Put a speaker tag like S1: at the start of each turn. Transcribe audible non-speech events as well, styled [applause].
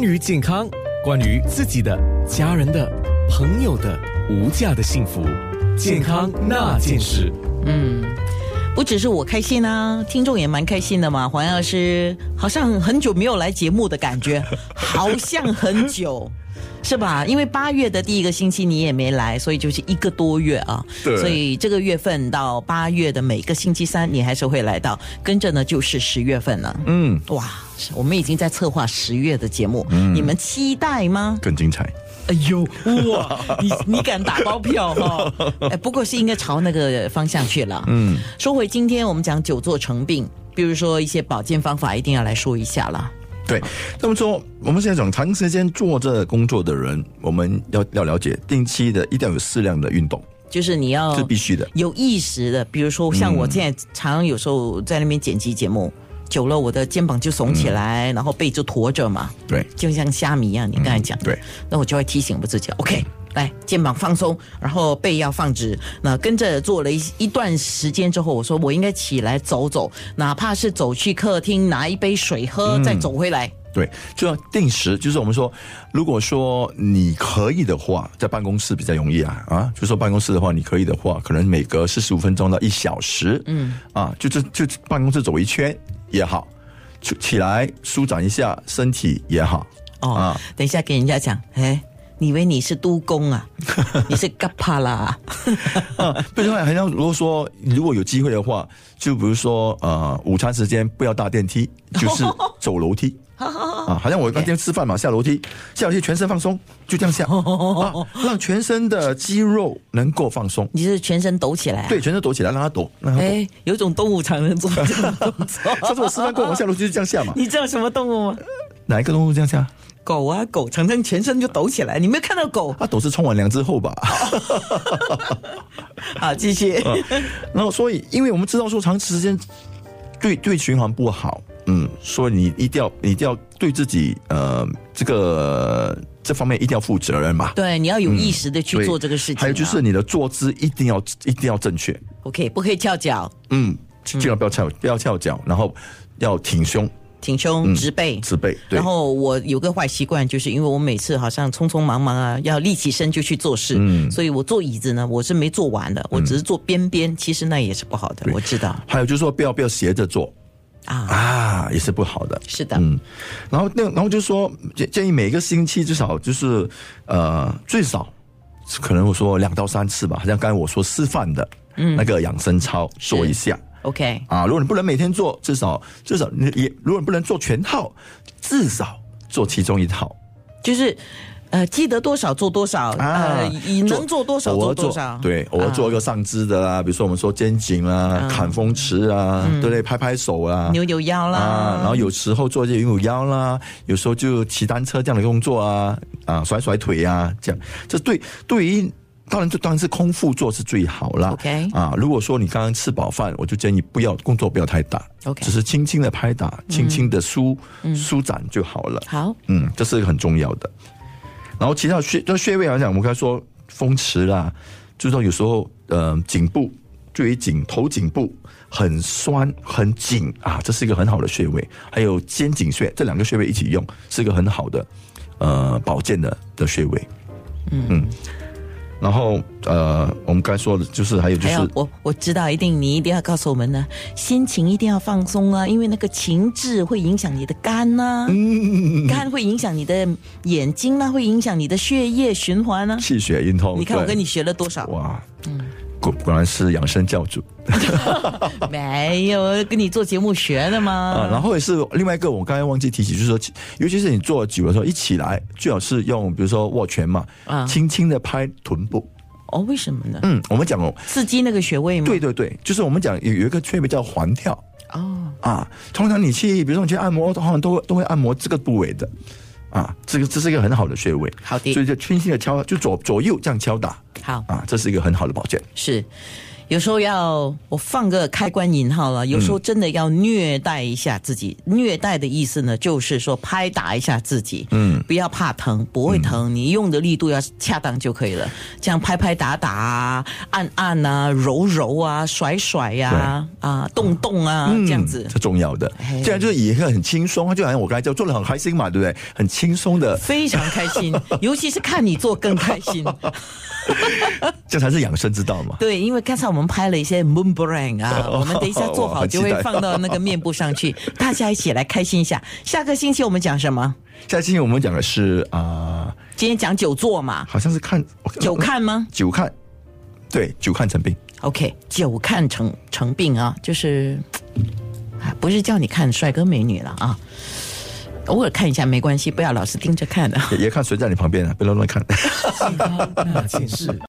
S1: 关于健康，关于自己的、家人的、朋友的无价的幸福，健康那件事。
S2: 嗯，不只是我开心啊，听众也蛮开心的嘛。黄药师好像很久没有来节目的感觉， [laughs] 好像很久。是吧？因为八月的第一个星期你也没来，所以就是一个多月啊。
S1: 对
S2: 所以这个月份到八月的每个星期三，你还是会来到。跟着呢就是十月份了。
S3: 嗯，
S2: 哇，是我们已经在策划十月的节目，你们期待吗？
S3: 更精彩。
S2: 哎呦，哇，你你敢打包票哈、
S3: [laughs]
S2: 哎，不过是应该朝那个方向去了。嗯，说回今天我们讲久坐成病，比如说一些保健方法，一定要来说一下了。
S3: 对，那么说，我们现在讲长时间做这工作的人，我们要要了解，定期的一定要有适量的运动，
S2: 就是你要
S3: 是必须的。
S2: 有意识的，比如说像我现在常有时候在那边剪辑节目，久了我的肩膀就耸起来，然后背就驼着嘛，
S3: 嗯对，嗯
S2: 就像虾米一样，你刚才讲、
S3: 对，
S2: 那我就会提醒我自己，OK，来肩膀放松，然后背要放直。那跟着做了一一段时间之后，我说我应该起来走走，哪怕是走去客厅拿一杯水喝，
S3: 嗯
S2: 再走回来。
S3: 对，就要定时，就是我们说，如果说你可以的话，在办公室比较容易啊啊，就说办公室的话，你可以的话，可能每隔四十五分钟到一小时，嗯啊，就这就办公室走一圈也好，出起来舒展一下身体也好，
S2: 哦，
S3: 啊
S2: 等一下给人家讲，哎，你以为你是督工
S3: [laughs]
S2: 啊？你是嘎帕啦啊？
S3: 啊，不然还要如果说如果有机会的话，就比如说呃，午餐时间不要搭电梯，就是走楼梯。啊，好像我那天吃饭嘛，下楼梯，下楼梯全身放松，就这样下，啊、让全身的肌肉能够放松，
S2: 你是全身抖起来、啊？
S3: 对，全身躲起来，让它抖，让它抖。
S2: 哎，有种动物才能做这 [laughs] 种动作。
S3: 上次我吃饭过，我下楼梯就这样下嘛，
S2: 你知道什么动物吗？
S3: 哪一个动物这样下？
S2: 狗啊，狗常常全身就抖起来。你没有看到狗？
S3: 它、抖是啊冲完凉之后吧。
S2: 好，啊继续。
S3: 然后所以，因为我们知道说长时间对对循环不好，嗯，所以你一定要你一定要对自己呃这个这方面一定要负责任嘛。
S2: 对，你要有意识的去
S3: 对
S2: 做这个事情、啊
S3: 还有就是你的坐姿一定要一定要正确，
S2: ，OK，不可以翘脚，
S3: 嗯，尽量不要翘、不要翘脚，然后要挺胸
S2: 挺胸直背。
S3: 直背，对
S2: 然，后我有个坏习惯，就是因为我每次好像匆匆忙忙啊，要立起身就去做事，所以我坐椅子呢，我是没坐完的，我只是坐边边，其实那也是不好的，我知道
S3: 还有就是说不要不要斜着坐
S2: 啊，
S3: 啊，也是不好的。
S2: 是的，
S3: 嗯，然后那然后就说建建议每个星期至少就是呃最少可能我说两到三次吧，好像刚才我说示范的
S2: 嗯
S3: 那个养生操做一下。
S2: OK，
S3: 啊，如果你不能每天做，至少至少你也如果你不能做全套，至少做其中一套
S2: 就是。呃，记得多少做多少，
S3: 啊
S2: 呃，以，能做多少
S3: 偶
S2: 做
S3: 尔
S2: 多少，啊
S3: 对，偶尔做一个上肢的啦，比如说我们说肩颈
S2: 嗯
S3: 啦、砍风池啊，对不对？拍拍手啦，
S2: 扭扭腰啦，
S3: 啊，然后有时候做一些游泳腰啦，有时候就骑单车这样的动作啊，啊，甩甩腿啊，这样，这对对于。当然，这当然是空腹做是最好啦。
S2: OK
S3: 啊，如果说你刚刚吃饱饭，我就建议不要工作不要太大
S2: OK 嗯
S3: 只是轻轻的拍打，轻轻的舒、舒展就好了。
S2: 好，
S3: 嗯，这是很重要的。然后其他的穴，就穴位来讲，我们刚才说风池啦，就是说有时候，呃，颈部对于颈头颈部很酸很紧啊，这是一个很好的穴位。还有肩颈穴，这两个穴位一起用，是一个很好的呃保健的的穴位。嗯然后呃，我们刚才说的就是还有就
S2: 还
S3: 是
S2: 有我我知道，一定你一定要告诉我们呢，心情一定要放松啊，因为那个情志会影响你的肝呐、
S3: 嗯
S2: 肝会影响你的眼睛啦、会影响你的血液循环啊。
S3: 气血运通。
S2: 你看我
S3: 哦对
S2: 跟你嗯学了多少？
S3: 哇，果果然是养生教主。
S2: 没有跟你做节目学的
S3: 啊，
S2: 吗？
S3: 然后也是另外一个，我刚才忘记提起，就是说，其尤其是你坐久的时候，一起来最好是用，比如说握拳嘛，
S2: 啊
S3: 轻轻的拍臀部。
S2: 哦，为什么呢？
S3: 嗯，我们讲哦，
S2: 刺激那个穴位吗？
S3: 对对对，就是我们讲有有一个穴位叫环跳
S2: 哦，
S3: 啊，通常你去，比如说你去按摩，通常都会都会按摩这个部位的啊，这个这是一个很好的穴位，
S2: 好的
S3: 所以就轻轻的敲，就左左右这样敲打
S2: 好
S3: 啊，这是一个很好的保健。
S2: 是。有时候要我放个开关引号啊了，有时候真的要虐待一下自己。虐待的意思呢，就是说拍打一下自己，嗯，不要怕疼，不会疼，你用的力度要恰当就可以了。这样拍拍打打啊，按按啊，揉揉啊，甩甩呀、啊，啊，动动啊，这样子
S3: 嗯这重要的
S2: 哎，
S3: 这样就是以一个很轻松，就好像我刚才就做的很开心嘛，对不对？很轻松的，
S2: 非常开心，尤其是看你做更开心。
S3: 这才是养生之道嘛。
S2: 对，因为刚才我们拍了一
S3: [laughs]
S2: 些 moon brain 啊，
S3: 哦
S2: 我们等一下做
S3: 我
S2: 好
S3: 很
S2: 就
S3: 期
S2: 会
S3: 待
S2: 放到那个面部上去，大家一起来开心一下。下个星期我们讲什么？
S3: 下期我们讲的是啊、呃
S2: 今天讲久坐嘛，
S3: 好像是看哦
S2: 久看吗
S3: 久看，对，久看成病。
S2: ？OK，久看成成病啊，就是，哎不是叫你看帅哥美女了啊，偶尔看一下没关系，不要老是盯着看的、
S3: 也也看谁在你旁边啊，别乱乱看。
S1: [laughs] 健康那件事。